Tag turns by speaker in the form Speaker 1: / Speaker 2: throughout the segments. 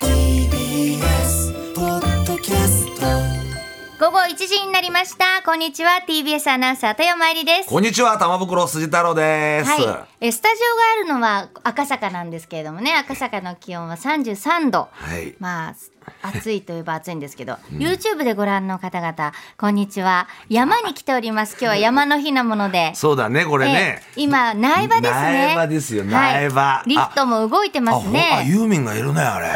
Speaker 1: TBS ポッドキャスト
Speaker 2: 午後1時になりました。こんにちは。TBS アナウンサー、豊前りです。
Speaker 3: こんにちは、玉袋筋太郎です。
Speaker 2: はい、えスタジオがあるのは赤坂なんですけれどもね赤坂の気温は33度、
Speaker 3: はい
Speaker 2: まあ暑いといえば暑いんですけど、YouTube でご覧の方々こんにちは山に来ております今日は山の日なもので。
Speaker 3: そうだね、これ
Speaker 2: え
Speaker 3: ね。
Speaker 2: え今苗場ですね
Speaker 3: 苗場ですよ苗場
Speaker 2: はい、リフトも動いてます
Speaker 3: あほんあ
Speaker 2: ね
Speaker 3: ユーミンがいるね、あ れ。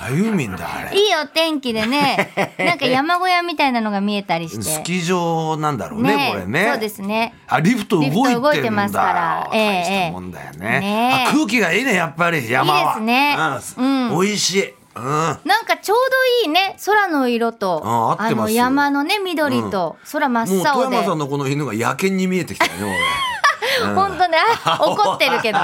Speaker 3: あ、ユーミンだ、あれ。
Speaker 2: いいお天気で ねなんか山小屋みたいなのが見えたりして
Speaker 3: スキー場なんだろうね、これね。
Speaker 2: そうですね
Speaker 3: あ、リフト動いて
Speaker 2: リフト動いて
Speaker 3: るん
Speaker 2: ますから
Speaker 3: だ。
Speaker 2: ええ
Speaker 3: 大したもんだよね。
Speaker 2: ねえ
Speaker 3: あ空気がいいね、やっぱり、山は。
Speaker 2: いいですね
Speaker 3: うん
Speaker 2: うん
Speaker 3: 美味しい。うん。
Speaker 2: なんかちょうどいいね空の色と
Speaker 3: あ合ってま
Speaker 2: の
Speaker 3: す
Speaker 2: 山のね緑と、空真
Speaker 3: もう
Speaker 2: っ
Speaker 3: 富
Speaker 2: 青で
Speaker 3: 山さんのこの犬が野犬に見えてきたよね、 俺。
Speaker 2: 本 当ねあ怒ってるけど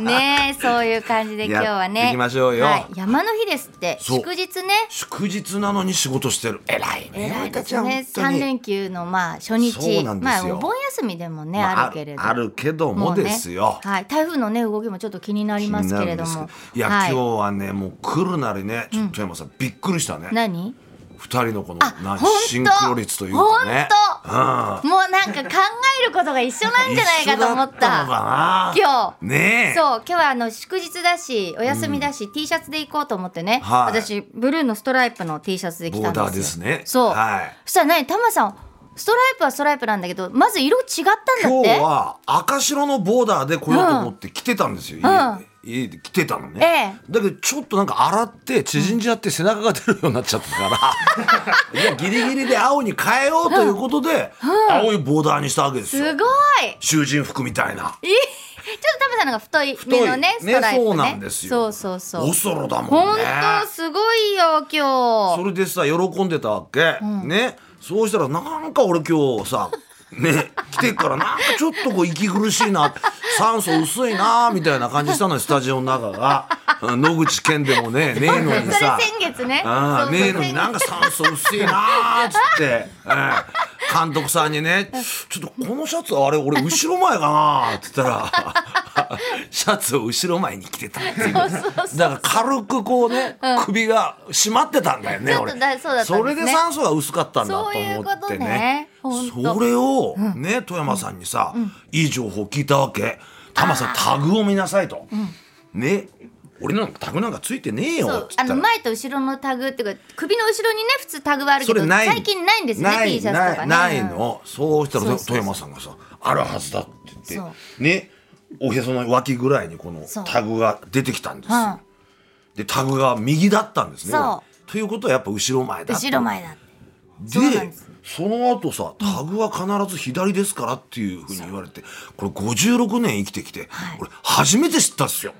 Speaker 2: ねえそういう感じで今日はね
Speaker 3: やっていきましょうよ
Speaker 2: はい、山の日ですって
Speaker 3: そう
Speaker 2: 祝日ね
Speaker 3: 祝日なのに仕事してる。偉いね。
Speaker 2: 偉い
Speaker 3: 俺た
Speaker 2: で
Speaker 3: ち
Speaker 2: す
Speaker 3: は
Speaker 2: ね
Speaker 3: 本当
Speaker 2: 三
Speaker 3: に
Speaker 2: 連休のまあ初日
Speaker 3: そうなんですよ
Speaker 2: まあお盆休みでもね、あ、
Speaker 3: まあ
Speaker 2: るけれど
Speaker 3: あるけども
Speaker 2: うね
Speaker 3: ですよ
Speaker 2: はい、台風のね動きもちょっと気になりますけれど
Speaker 3: 気になる
Speaker 2: も
Speaker 3: んですけどいや、
Speaker 2: はい、
Speaker 3: 今日はねもう来るなりねちょっと山さん、びっくりしたね
Speaker 2: 何
Speaker 3: 二人のこの
Speaker 2: あ
Speaker 3: 何
Speaker 2: 本当
Speaker 3: シンクロ率というかね
Speaker 2: 本当、もうなんか考えることが一緒なんじゃないかと思っ
Speaker 3: 一緒だった
Speaker 2: た
Speaker 3: のかな
Speaker 2: 今日
Speaker 3: ねえ
Speaker 2: そう今日はあの祝日だしお休みだし、T シャツで行こうと思ってね、
Speaker 3: はい
Speaker 2: 私ブルーのストライプの T シャツで来たんですよ
Speaker 3: ボーダーですね
Speaker 2: そう、
Speaker 3: はい
Speaker 2: そしたらねタマさんストライプはストライプなんだけどまず色違ったんだっ
Speaker 3: 今
Speaker 2: て
Speaker 3: 日は赤白のボーダーで来ようと思って来てたんですよ、
Speaker 2: うん
Speaker 3: 家家で来てたのね、
Speaker 2: え
Speaker 3: だけどちょっとなんか洗って縮んじゃって背中が出るようになっちゃったか らいやギリギリで青に変えようということで、青いボーダーにしたわけです
Speaker 2: すごい
Speaker 3: よ囚人服みたいな。
Speaker 2: えちょっとタマさんのが太い目のね
Speaker 3: 太い
Speaker 2: ストライプね
Speaker 3: そうなんですよ。
Speaker 2: そうそうそう
Speaker 3: おそろだもんね。
Speaker 2: 本当すごいよ今
Speaker 3: そ
Speaker 2: 日
Speaker 3: れでさ喜んでたわけ、ねそうしたらなんか俺今日さね来てっからなんかちょっとこう息苦しいな酸素薄いなみたいな感じしたのよスタジオの中がうん野口健でもねねえの
Speaker 2: そ
Speaker 3: に
Speaker 2: れ
Speaker 3: さ
Speaker 2: 先月ね
Speaker 3: あ
Speaker 2: そうそう
Speaker 3: あねえのに
Speaker 2: 先
Speaker 3: なんか酸素薄いなーっつ って、ええ監督さんにね「ちょっとこのシャツあれ俺後ろ前かな」って言っ たらシャツを後ろ前に着てたっていうだから軽くこうね、首が締まってたんだよね
Speaker 2: ちょっと
Speaker 3: 俺
Speaker 2: だそうだったんですね
Speaker 3: それで酸素が薄かったんだと思って
Speaker 2: そうい
Speaker 3: ね
Speaker 2: うことね本当
Speaker 3: それをね富山さんにさ、いい情報聞いたわけタマさんタグを見なさいと、ね俺なんかタグなんかついてねえよ
Speaker 2: そ
Speaker 3: っ
Speaker 2: う
Speaker 3: つ
Speaker 2: あ
Speaker 3: った
Speaker 2: の
Speaker 3: ら
Speaker 2: 前と後ろのタグっていうか首の後ろにね普通タグはあるけ
Speaker 3: そ
Speaker 2: ど
Speaker 3: れない
Speaker 2: 最近ないんですよね
Speaker 3: ない
Speaker 2: T シャツとかね
Speaker 3: ないないの、そうしたら
Speaker 2: そうそうそう
Speaker 3: 富山さんがさ「あるはずだ」って言
Speaker 2: そ
Speaker 3: ってねおへその脇ぐらいにこの
Speaker 2: そう
Speaker 3: タグが出てきたんで
Speaker 2: う
Speaker 3: すよ、
Speaker 2: ん
Speaker 3: でタグが右だったんですね
Speaker 2: そう
Speaker 3: ということはやっぱ後ろ前だった
Speaker 2: 後ろ前だ
Speaker 3: で
Speaker 2: そうなんです
Speaker 3: その後さタグは必ず左ですからっていうふうに言われてこれ56年生きてきて、
Speaker 2: はい
Speaker 3: 俺初めて知ったっすよ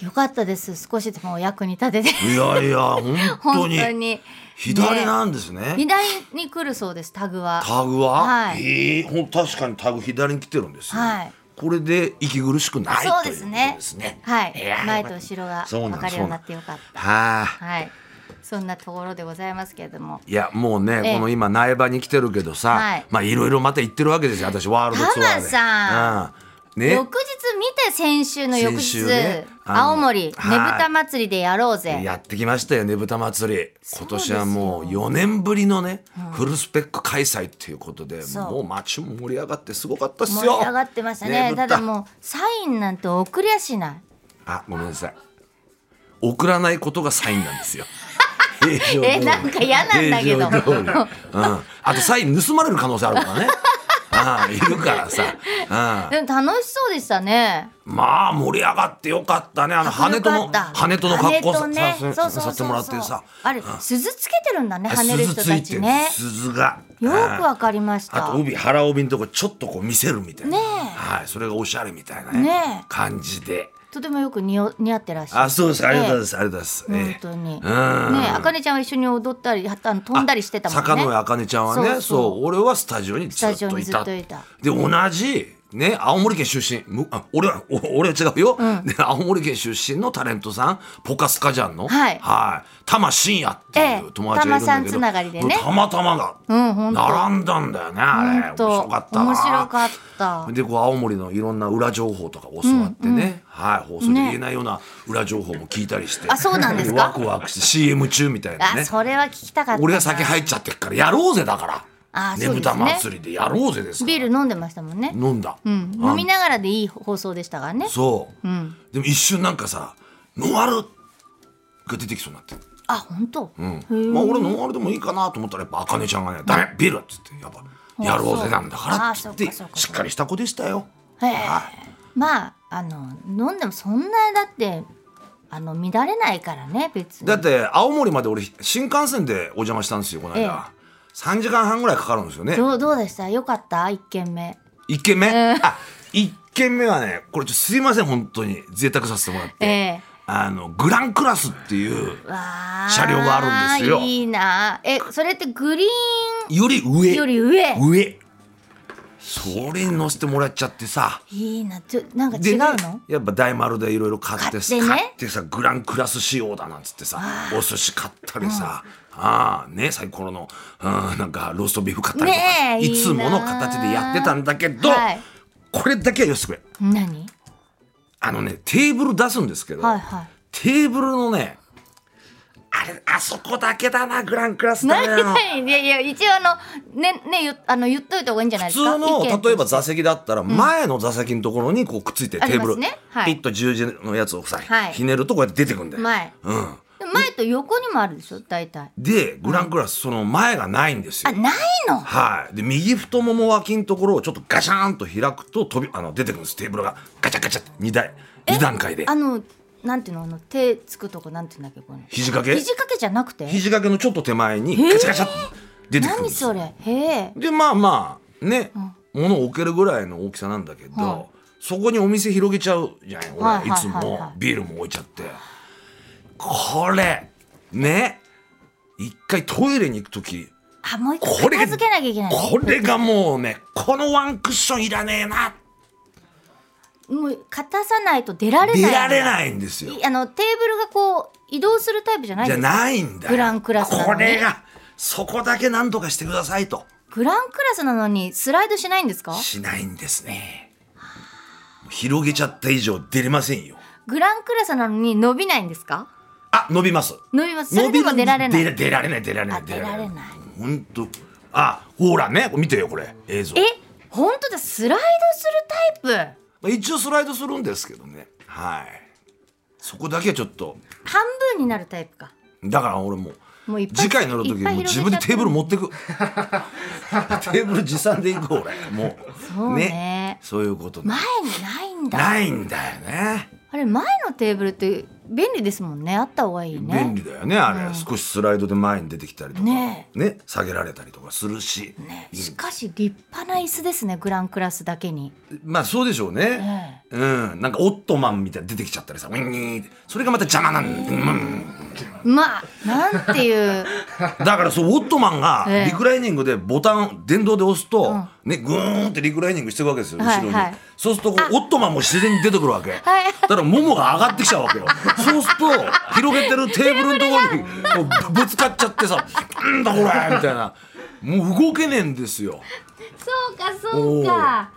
Speaker 2: よかったです少しでもお役に立てて
Speaker 3: いや いや 本当
Speaker 2: 本
Speaker 3: に
Speaker 2: 当に
Speaker 3: 左なんんですね
Speaker 2: 左に来るそうですタグは
Speaker 3: タグは、
Speaker 2: はい
Speaker 3: ええほん確かにタグ左に来てるんですよ、
Speaker 2: はい
Speaker 3: これで息苦しくない
Speaker 2: そう
Speaker 3: と
Speaker 2: で
Speaker 3: いうこ
Speaker 2: す
Speaker 3: と
Speaker 2: ね
Speaker 3: ですね
Speaker 2: はい
Speaker 3: いやー
Speaker 2: 前と後ろが
Speaker 3: そうなん
Speaker 2: 分かるようになってよかった
Speaker 3: はあ
Speaker 2: はいそんなところでございますけれども
Speaker 3: いやもうね、
Speaker 2: ええ
Speaker 3: この今苗場に来てるけどさ、
Speaker 2: はい
Speaker 3: まあいろいろまた行ってるわけですよ私ワールドツアー
Speaker 2: 浜
Speaker 3: で。
Speaker 2: さ
Speaker 3: うんね、
Speaker 2: 翌日見て先週の翌
Speaker 3: 先
Speaker 2: 日
Speaker 3: 週ねあの
Speaker 2: 青森ねぶ
Speaker 3: はい
Speaker 2: た祭りでやろうぜ
Speaker 3: やってきましたよねぶた祭り今年はも
Speaker 2: そう
Speaker 3: う
Speaker 2: ですよ
Speaker 3: 4年ぶりのね、フルスペック開催っていうことで
Speaker 2: そう
Speaker 3: もう街も盛り上がってすごかったっす
Speaker 2: 盛
Speaker 3: よ
Speaker 2: り上がってましたね
Speaker 3: ぶ
Speaker 2: ただもうサインなんて送りゃしない
Speaker 3: あごめんなさい送らないことがサインなんですよ平常通 り
Speaker 2: えなんか嫌なんだけど
Speaker 3: 平常通りうん、あとサイン盗まれる可能性あるか らねああいるからさ、あ
Speaker 2: でも楽しそうでしたね
Speaker 3: まあ盛り上がってよかったねあの羽と
Speaker 2: よかっ
Speaker 3: の
Speaker 2: た
Speaker 3: 羽との格好さ,、
Speaker 2: 羽ね
Speaker 3: さ
Speaker 2: そうそうそうそう
Speaker 3: させてもらってさ
Speaker 2: あれ鈴つけてるんだね跳ねる
Speaker 3: 鈴
Speaker 2: 人
Speaker 3: つ
Speaker 2: た
Speaker 3: いて
Speaker 2: ち
Speaker 3: る、
Speaker 2: ね
Speaker 3: 鈴が
Speaker 2: よくわ
Speaker 3: る
Speaker 2: かりまし
Speaker 3: あ
Speaker 2: た
Speaker 3: と帯腹帯のとこちょっとこう見せるみたいな、
Speaker 2: ねえ
Speaker 3: はい、それがおしゃれみたいな、
Speaker 2: ねえ
Speaker 3: 感じで
Speaker 2: とてもよく似合似合ってらっしゃる
Speaker 3: あ、そうです。ありがとうございます。ありがとうございます。
Speaker 2: 本
Speaker 3: ええ
Speaker 2: 当に、ね
Speaker 3: うん
Speaker 2: あかねちゃんは一緒に踊ったりはあの飛んだりしてたもんね
Speaker 3: 坂上茜ちゃんはね
Speaker 2: そう
Speaker 3: そ
Speaker 2: そう
Speaker 3: う俺はスタジオにずっ
Speaker 2: スタジオ
Speaker 3: と
Speaker 2: に
Speaker 3: い
Speaker 2: ずったといた
Speaker 3: で同じね青森県出身むあ俺はお俺は違うよ、で青森県出身のタレントさんポカスカジャンの
Speaker 2: はい
Speaker 3: い玉真也ってい
Speaker 2: ええ
Speaker 3: う友達が
Speaker 2: 玉
Speaker 3: いるんだけど、
Speaker 2: さんつながりでね
Speaker 3: たまたまだ、
Speaker 2: うん本当
Speaker 3: 並んだんだよねあれ面
Speaker 2: 本当
Speaker 3: 白かったな
Speaker 2: 面白かった
Speaker 3: でこう青森のいろんな裏情報とか教わってね、はい、放送で言えないような裏情報も聞いたりして、
Speaker 2: あそうなんですか
Speaker 3: ワクワクして CM 中みたいな
Speaker 2: あ
Speaker 3: ね
Speaker 2: それは聞きたかったな
Speaker 3: 俺が酒入っちゃってっからやろうぜだか
Speaker 2: あ
Speaker 3: ら
Speaker 2: そ
Speaker 3: ね
Speaker 2: う
Speaker 3: ぶ
Speaker 2: ですね
Speaker 3: た祭りでやろうぜですから
Speaker 2: ビール飲んでましたもんね、
Speaker 3: 飲んだ、
Speaker 2: うん、飲みながらでいい放送でしたからね
Speaker 3: そう、でも一瞬なんかさ「ノンアル!」が出てきそうになって、
Speaker 2: あ本当、
Speaker 3: まあ俺ノンアルでもいいかなと思ったらやっぱあかねちゃんがね「ダメビール!」っつってやっぱ「やろうぜなんだから」
Speaker 2: あ
Speaker 3: っつ
Speaker 2: そう
Speaker 3: っ
Speaker 2: か
Speaker 3: て
Speaker 2: そうか
Speaker 3: しっかりした子でしたよ
Speaker 2: へえ
Speaker 3: はい
Speaker 2: まああの飲んでもそんなだってあの乱れないからね別に
Speaker 3: だって青森まで俺新幹線でお邪魔したんですよこの間、3時間半ぐらいかかるんですよね
Speaker 2: どうどうでしたよかった一軒目
Speaker 3: 1軒目、あ一軒目はねこれちょっとすいません本当に贅沢させてもらって、
Speaker 2: ええ
Speaker 3: あのグランクラスっていう
Speaker 2: わあ
Speaker 3: 車両があるんですよ
Speaker 2: いいなえそれってグリー
Speaker 3: より上
Speaker 2: ンより上
Speaker 3: 上それに乗せてもらっちゃってさ
Speaker 2: いいなちょなんか
Speaker 3: で
Speaker 2: 違う
Speaker 3: ね
Speaker 2: の、
Speaker 3: やっぱ大丸でいろいろ買ってさ
Speaker 2: 買ってね
Speaker 3: 買ってさグランクラス仕様だなんつってさお寿司買ったりさ、ああね最高の、うん、なんかローストビーフ買ったりとか、
Speaker 2: ねえ
Speaker 3: いつもの
Speaker 2: いいな
Speaker 3: 形でやってたんだけど、
Speaker 2: はい
Speaker 3: これだけはよしてくれ
Speaker 2: 何
Speaker 3: あのねテーブル出すんですけど、
Speaker 2: はいはい
Speaker 3: テーブルのねあれあそこだけだなグランクラスだ
Speaker 2: 何
Speaker 3: な
Speaker 2: 何いやいや一応あのねねゆあの言っといた方がいいんじゃないです
Speaker 3: 普
Speaker 2: か
Speaker 3: 通の
Speaker 2: 意見と
Speaker 3: 例えば座席だったら前の座席のところにこうくっついて
Speaker 2: あり
Speaker 3: テー
Speaker 2: ま
Speaker 3: ブ
Speaker 2: す
Speaker 3: ル、
Speaker 2: ねはい
Speaker 3: ピッと十字のやつをさ、
Speaker 2: はい
Speaker 3: ひねるとこうやって出てくんだよ。
Speaker 2: 前
Speaker 3: うん、
Speaker 2: でも前と横にもあるでしょ大体
Speaker 3: でグランクラスその前がないんです
Speaker 2: あ
Speaker 3: よ。
Speaker 2: ないの
Speaker 3: はい、で右太もも脇のところをちょっとガシャーンと開くと飛びあの出てくるんですテーブルがガチャガチャって2台二段階で
Speaker 2: あのなんていうのあの手つくとこなんていうんだっけこの
Speaker 3: 肘掛け
Speaker 2: 肘掛けじゃなくて
Speaker 3: 肘掛けのちょっと手前にガチャガチャって出てくるん
Speaker 2: 何
Speaker 3: です
Speaker 2: それへえ
Speaker 3: でまあまあね、物を置けるぐらいの大きさなんだけど、
Speaker 2: は
Speaker 3: そこにお店広げちゃうじゃない俺、
Speaker 2: はい
Speaker 3: い
Speaker 2: はい
Speaker 3: つ
Speaker 2: はい
Speaker 3: も
Speaker 2: はい
Speaker 3: ビールも置いちゃってこれね一回トイレに行く時
Speaker 2: あもう一
Speaker 3: こ
Speaker 2: 回
Speaker 3: れ
Speaker 2: 片付けなきゃいけない
Speaker 3: これがもうねこのワンクッションいらねえな
Speaker 2: もう片さないと出られない
Speaker 3: 出られないんですよ
Speaker 2: いあのテーブルがこう移動するタイプじゃないんで
Speaker 3: じゃ
Speaker 2: すか
Speaker 3: ないんだよ
Speaker 2: グランクラスなのに
Speaker 3: これがそこだけ何とかしてくださいと
Speaker 2: グランクラスなのにスライドしないんですか
Speaker 3: しないんですね広げちゃった以上出れませんよ
Speaker 2: グランクラスなのに伸びないんですか
Speaker 3: あ伸びます
Speaker 2: 伸びますそれでも出られない
Speaker 3: 出出られない出られない
Speaker 2: あ出られない
Speaker 3: 本当あほらね見てよこれ映像
Speaker 2: え本当だスライドするタイプ
Speaker 3: まあ一応スライドするんですけどねはいそこだけはちょっと
Speaker 2: 半分になるタイプか
Speaker 3: だから俺もう
Speaker 2: もういっぱい
Speaker 3: 次回乗る時
Speaker 2: いっぱい
Speaker 3: もう
Speaker 2: 広げち
Speaker 3: 自分で
Speaker 2: ゃって
Speaker 3: テーブル持って くテーブル持参でいく俺もう
Speaker 2: そうね
Speaker 3: そういうことね
Speaker 2: 前にないんだ
Speaker 3: ないんだよね
Speaker 2: あれ前のテーブルって便利ですもんねあった方がいいね
Speaker 3: 便利だよねあれ、少しスライドで前に出てきたりとか
Speaker 2: ね
Speaker 3: ね下げられたりとかするし、
Speaker 2: ねしかし立派な椅子ですねグランクラスだけに
Speaker 3: まあそうでしょうね、うんなんかオットマンみたいなの出てきちゃったりさウィンーってそれがまた邪魔なんだ、うん
Speaker 2: まあなんていう
Speaker 3: だからそうオットマンが
Speaker 2: ええ
Speaker 3: リクライニングでボタン電動で押すと、ねグーンってリクライニングしていくわけですよ後ろに、
Speaker 2: はいはい
Speaker 3: そうするとこうオットマンも自然に出てくるわけ、だからももが上がってきちゃうわけよそうすると広げてるテーブルのところ にこうぶぶつかっちゃってさ「なんだこれ!」みたいなもう動けねえんですよ
Speaker 2: そうかそうか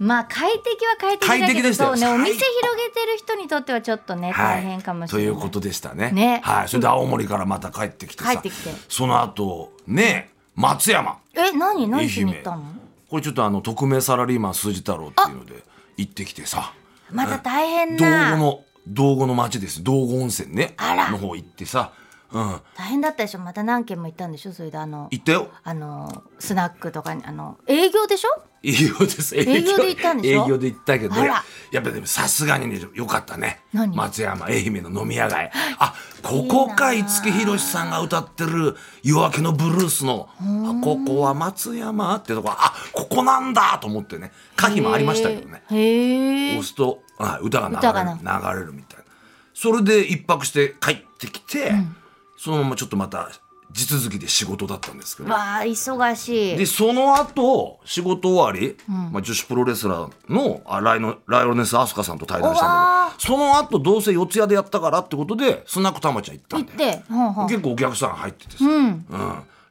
Speaker 2: まあ快適は快適だけど
Speaker 3: 快適でした
Speaker 2: そう
Speaker 3: よ
Speaker 2: ねお
Speaker 3: 最高
Speaker 2: 店広げてる人にとってはちょっとね大変かもしれない、
Speaker 3: ということでしたね。
Speaker 2: ね
Speaker 3: はい、それで青森からまた帰ってきてさ、
Speaker 2: 帰ってきて
Speaker 3: その後ね松山
Speaker 2: え何
Speaker 3: 愛
Speaker 2: 何しに行
Speaker 3: 媛
Speaker 2: ったの
Speaker 3: これちょっとあの匿名サラリーマン数字太郎っていうので行ってきてさ
Speaker 2: また大変
Speaker 3: 道後
Speaker 2: な
Speaker 3: の道後の町です道後温泉ね
Speaker 2: あら
Speaker 3: の方行ってさ、うん、行
Speaker 2: 大変だったでしょまた何軒も行ったんでしょそれであの
Speaker 3: ったよ。
Speaker 2: あのスナックとかにあの営業でしょ
Speaker 3: 営業です営
Speaker 2: 営業で行ったんでしょ
Speaker 3: 営業で行ったけど
Speaker 2: あら
Speaker 3: やっぱでもさすがにねよかったね
Speaker 2: 何
Speaker 3: 松山愛媛の飲み屋街あここか五木ひろしさんが歌ってる「夜明けのブルースの」あここは松山」ってとこあここなんだと思ってね歌碑もありましたけどね
Speaker 2: へえ
Speaker 3: 押すとはい歌が流
Speaker 2: 歌
Speaker 3: れ
Speaker 2: が
Speaker 3: る
Speaker 2: な
Speaker 3: 流れるみたいなそれで一泊して帰ってきて、そのままちょっとまた地続きで仕事だったんですけど
Speaker 2: わあ忙し
Speaker 3: で
Speaker 2: い
Speaker 3: その後仕事終わり、まあ、女子プロレスラーのあライノライオネス飛鳥さんと対談したんだけどその後どうせ四谷でやったからってことでスナックたまちゃん行ったん
Speaker 2: 行っ
Speaker 3: だよ
Speaker 2: てほんほん
Speaker 3: 結構お客さん入っててさ、
Speaker 2: うん
Speaker 3: うん、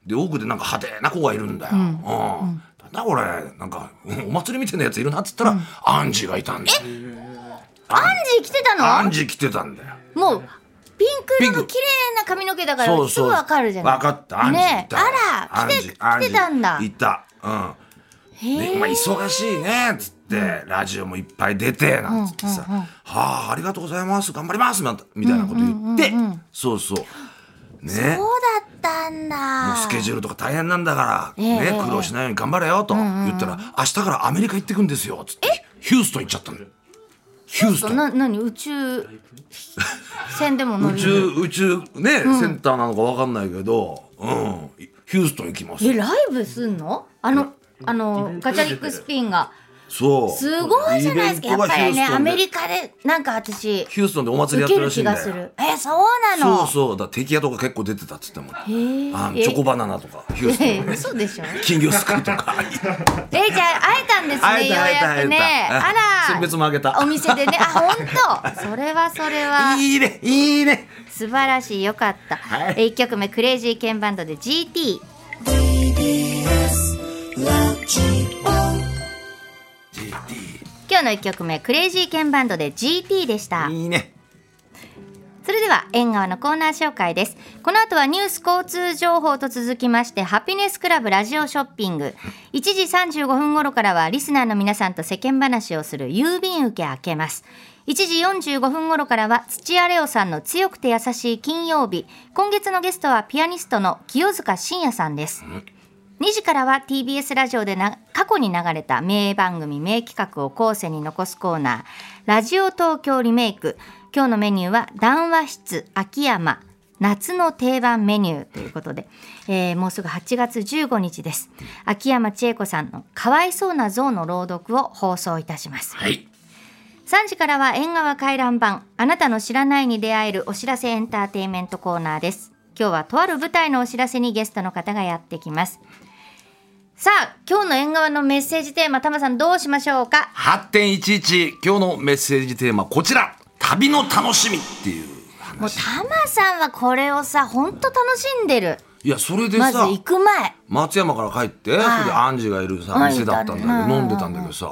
Speaker 3: で奥でなんか派手な子がいるんだよ。うんなんだこれなんかうんお祭りみたいなやついるなっつったら、アンジーがいたんだよ
Speaker 2: アンジー来てたの
Speaker 3: アンジー来てたんだよ
Speaker 2: もうピンク色
Speaker 3: ピン
Speaker 2: の
Speaker 3: ク
Speaker 2: 綺麗な髪の毛だからすぐわかるじゃない
Speaker 3: 分かったアンジーい
Speaker 2: ねえ
Speaker 3: たよ
Speaker 2: あら
Speaker 3: アン
Speaker 2: 来
Speaker 3: ジ
Speaker 2: て
Speaker 3: ーアンジー
Speaker 2: 来てたんだ
Speaker 3: いたうん
Speaker 2: へ
Speaker 3: ね、
Speaker 2: え
Speaker 3: まあ忙しいねっつって、ラジオもいっぱい出てなんつってさ「はあありがとうございます頑張ります」なんてみたいなこと言って、そうそうね
Speaker 2: そうだったんだ
Speaker 3: もうスケジュールとか大変なんだから、
Speaker 2: えええ
Speaker 3: ね
Speaker 2: え
Speaker 3: 苦労しないように頑張れよと言ったら、明日からアメリカ行ってくんですよっつってヒューストン行っちゃったんだよヒューストン
Speaker 2: な何宇宙船でも乗
Speaker 3: 宇
Speaker 2: り
Speaker 3: 宙宇宙ね、センターなのか分かんないけど、うん、ヒューストン行きます
Speaker 2: えライブすんのあのあのガチャリックスピンが
Speaker 3: そう
Speaker 2: すごいじゃないですかやっぱりねアメ
Speaker 3: カ
Speaker 2: リカでなんか私
Speaker 3: ヒューストンでお祭
Speaker 2: 受
Speaker 3: りやって
Speaker 2: け
Speaker 3: る
Speaker 2: る
Speaker 3: らしい
Speaker 2: 気
Speaker 3: んだ
Speaker 2: が
Speaker 3: よ
Speaker 2: するえそうな
Speaker 3: そう
Speaker 2: の
Speaker 3: そうだ敵屋とか結構出てたっつってもあ
Speaker 2: へえ
Speaker 3: のチョコバナナとかヒューストン
Speaker 2: え
Speaker 3: の ね
Speaker 2: 嘘でしょえ
Speaker 3: 金魚すくい とか
Speaker 2: じゃあ会えたんですねようやくねあら
Speaker 3: 選別もあげた
Speaker 2: お店でねあ本当それはそれはい
Speaker 3: いねいいね
Speaker 2: 素晴らしいよかった、
Speaker 3: はい
Speaker 2: え1曲目クレイジーケンバンドで GT今日の1曲目クレイジーケンバンドで GT でした、
Speaker 3: いいね
Speaker 2: それでは縁側のコーナー紹介ですこの後はニュース交通情報と続きましてハピネスクラブラジオショッピング1時35分頃からはリスナーの皆さんと世間話をする郵便受け開けます1時45分頃からは土屋レオさんの強くて優しい金曜日今月のゲストはピアニストの清塚信也さんです2時からは TBS ラジオでな過去に流れた名番組名企画を後世に残すコーナー「ラジオ東京リメイク」今日のメニューは「談話室秋山夏の定番メニュー」ということで、えーもうすぐ8月15日です秋山千恵子さんの「かわいそうな象の朗読」を放送いたします
Speaker 3: はい
Speaker 2: 3時からは縁側回覧版あなたの知らないに出会えるお知らせエンターテインメントコーナーです今日はとある舞台のお知らせにゲストの方がやってきますさあ今日の縁側のメッセージテーマタマさんどうしましょうか
Speaker 3: 8.11今日のメッセージテーマこちら旅の楽しみっていう
Speaker 2: もうタマさんはこれをさほんと楽しんでる
Speaker 3: いやそれで
Speaker 2: まず
Speaker 3: さ
Speaker 2: 行く前
Speaker 3: 松山から帰ってそれでアンジーがいるさ
Speaker 2: はい
Speaker 3: 店だったんだけ
Speaker 2: うん
Speaker 3: ど飲んでたんだけどさ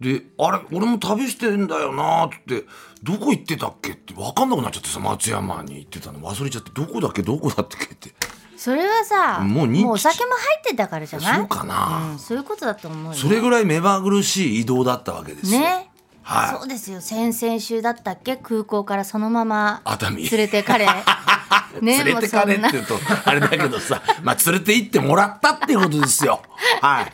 Speaker 3: であれ俺も旅してんだよなーってどこ行ってたっけって分かんなくなっちゃってさ松山に行ってたの忘れちゃってどこだっけどこだっけって
Speaker 2: それはさ
Speaker 3: もう認知
Speaker 2: お酒も入ってたからじゃない
Speaker 3: そうかな
Speaker 2: うん、そういうことだと思うよ
Speaker 3: それぐらい目まぐるしい移動だったわけですよ
Speaker 2: ね
Speaker 3: はい
Speaker 2: そうですよ先々週だったっけ空港からそのまま
Speaker 3: 熱海
Speaker 2: 連れて かれね
Speaker 3: 連れてかれって言うとあれだけどさまあ連れて行ってもらったっていうことですよはい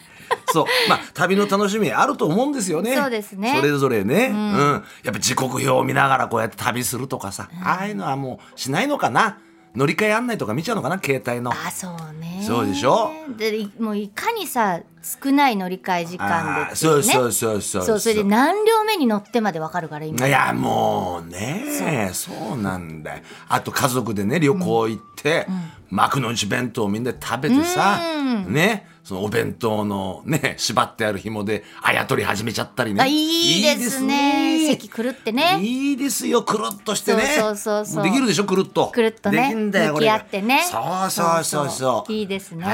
Speaker 3: そうまあ旅の楽しみあると思うんですよね
Speaker 2: そうですね
Speaker 3: それぞれね、うんやっぱ時刻表を見ながらこうやって旅するとかさ、ああいうのはもうしないのかな乗り換え案内とか見ちゃうのかな携帯の
Speaker 2: あそうね
Speaker 3: そうでしょ
Speaker 2: でいもういかにさ少ない乗り換え時間で
Speaker 3: あー
Speaker 2: ってい
Speaker 3: そうう
Speaker 2: ね
Speaker 3: そうそうそう
Speaker 2: そうそれで何両目に乗ってまでわかるから今
Speaker 3: いやもうねそうなんだよあと家族でね旅行行って、幕の内弁当をみんなで食べてさ、ねそのお弁当のね縛ってある紐であやとり始めちゃったりね
Speaker 2: あいいですね
Speaker 3: いいです
Speaker 2: 席狂ってね
Speaker 3: いいですよくるっとしてね
Speaker 2: そうそうそうそう
Speaker 3: もできるでしょくるっと
Speaker 2: くるっとね
Speaker 3: できんだよこれが
Speaker 2: 向き合ってね
Speaker 3: そうそうそ
Speaker 2: そ
Speaker 3: う
Speaker 2: う
Speaker 3: そ
Speaker 2: そうういいですね
Speaker 3: は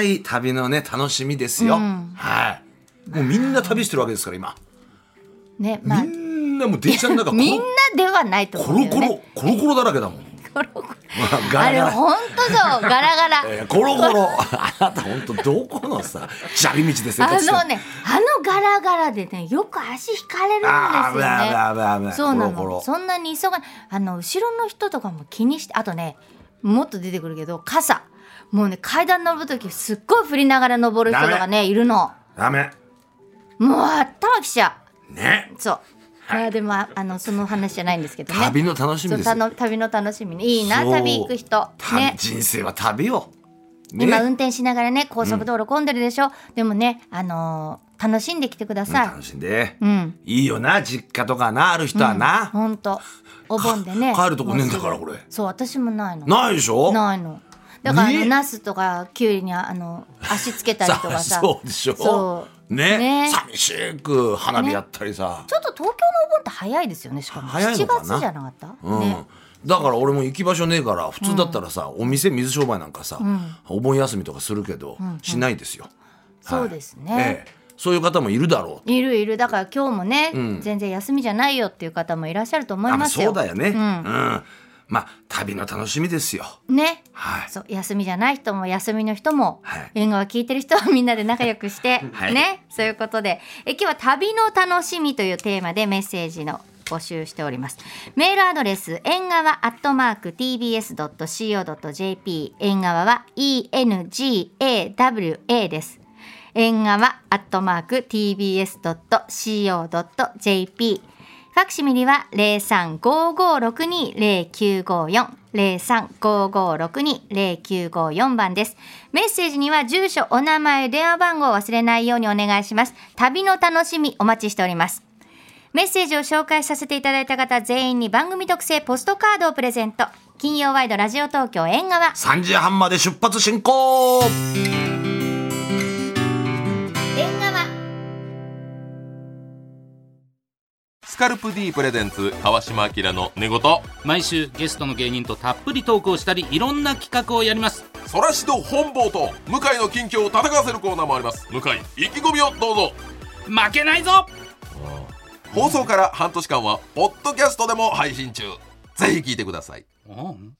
Speaker 3: ーい旅のね楽しみですよ、はいもうみんな旅してるわけですから今
Speaker 2: ねまあ
Speaker 3: みんなもう電車の 中
Speaker 2: みんなではないと
Speaker 3: コ
Speaker 2: 思う
Speaker 3: ロ
Speaker 2: んだよ
Speaker 3: コ
Speaker 2: ね
Speaker 3: ロ、コロコロだらけだもん。
Speaker 2: コロコロあ
Speaker 3: ガラ
Speaker 2: れ
Speaker 3: ガラ。
Speaker 2: ほんとそうガラ ガラ
Speaker 3: えーコロコロ、あなた本当どこの さ、砂利道で生
Speaker 2: あ
Speaker 3: 活して
Speaker 2: のねあのガラガラでねよく足引かれるん
Speaker 3: あー
Speaker 2: ですよね
Speaker 3: 危ない危ない危ない
Speaker 2: そうなの
Speaker 3: コロコロ
Speaker 2: そんなに急があの後ろの人とかも気にしてあとねもっと出てくるけど傘もうね階段登る時すっごい振りながら登る人とかねいるの
Speaker 3: ダメ。
Speaker 2: もう頭きちゃ
Speaker 3: ね。
Speaker 2: うそうあーでもああのその話じゃないんですけどね
Speaker 3: 旅の楽しみですよ
Speaker 2: そうたの旅の楽しみねいいな
Speaker 3: そう
Speaker 2: 旅行く人
Speaker 3: 旅
Speaker 2: ね
Speaker 3: 人生は旅を。ね
Speaker 2: 今運転しながらね高速道路混んでるでしょ、でもねあのー楽しんできてくださ
Speaker 3: 楽しんで、
Speaker 2: い。うん。
Speaker 3: いいよな実家とかなある人はな、
Speaker 2: ほんと。お盆でね。
Speaker 3: 帰るとこねえんだからこれ
Speaker 2: そう、私もないの。
Speaker 3: ないでしょ
Speaker 2: ないの。だからあの、
Speaker 3: ね。
Speaker 2: ナスとかキュウリにあの足つけたりとかさ
Speaker 3: そうでしょ
Speaker 2: そう
Speaker 3: ね
Speaker 2: ね
Speaker 3: 寂しく花火やったりさ、
Speaker 2: ちょっと東京のお盆って早いですよね。しかも
Speaker 3: 早い
Speaker 2: 7
Speaker 3: のかな
Speaker 2: 月じゃなかった？
Speaker 3: うん
Speaker 2: ね。
Speaker 3: だから俺も行き場所ねえから普通だったらさ、お店水商売なんかさ、お盆休みとかするけど、しないですよ、はい
Speaker 2: そうですね。
Speaker 3: ええそういう方もいるだろう
Speaker 2: いるいるだから今日もね、全然休みじゃないよっていう方もいらっしゃると思いますよ。
Speaker 3: あそうだよね、うん
Speaker 2: ん
Speaker 3: まあ旅の楽しみですよ
Speaker 2: ね。
Speaker 3: はい
Speaker 2: そう休みじゃない人も休みの人も、
Speaker 3: はい
Speaker 2: 縁側聞いてる人はみんなで仲良くして、
Speaker 3: はい
Speaker 2: ねそういうことでえ今日は旅の楽しみというテーマでメッセージの募集しておりますメールアドレス縁側アットマーク tbs.co.jp 縁側は engawa です縁側アットマーク tbs.co.jp ファクシミリは零三五五六二零九五四零三五五六二零九五四番です。メッセージには住所、お名前、電話番号を忘れないようにお願いします。旅の楽しみお待ちしております。メッセージを紹介させていただいた方全員に番組特製ポストカードをプレゼント。金曜ワイドラジオ東京縁側。
Speaker 3: 3時半まで出発進行
Speaker 2: 縁側。
Speaker 4: スカルプ D プレゼンツ川島明の寝言
Speaker 5: 毎週ゲストの芸人とたっぷりトークをしたりいろんな企画をやります
Speaker 4: そらしど本坊と向井の近況を戦わせるコーナーもあります向井意気込みをどうぞ
Speaker 5: 負けないぞ
Speaker 4: 放送から半年間はポッドキャストでも配信中ぜひ聞いてください
Speaker 5: うん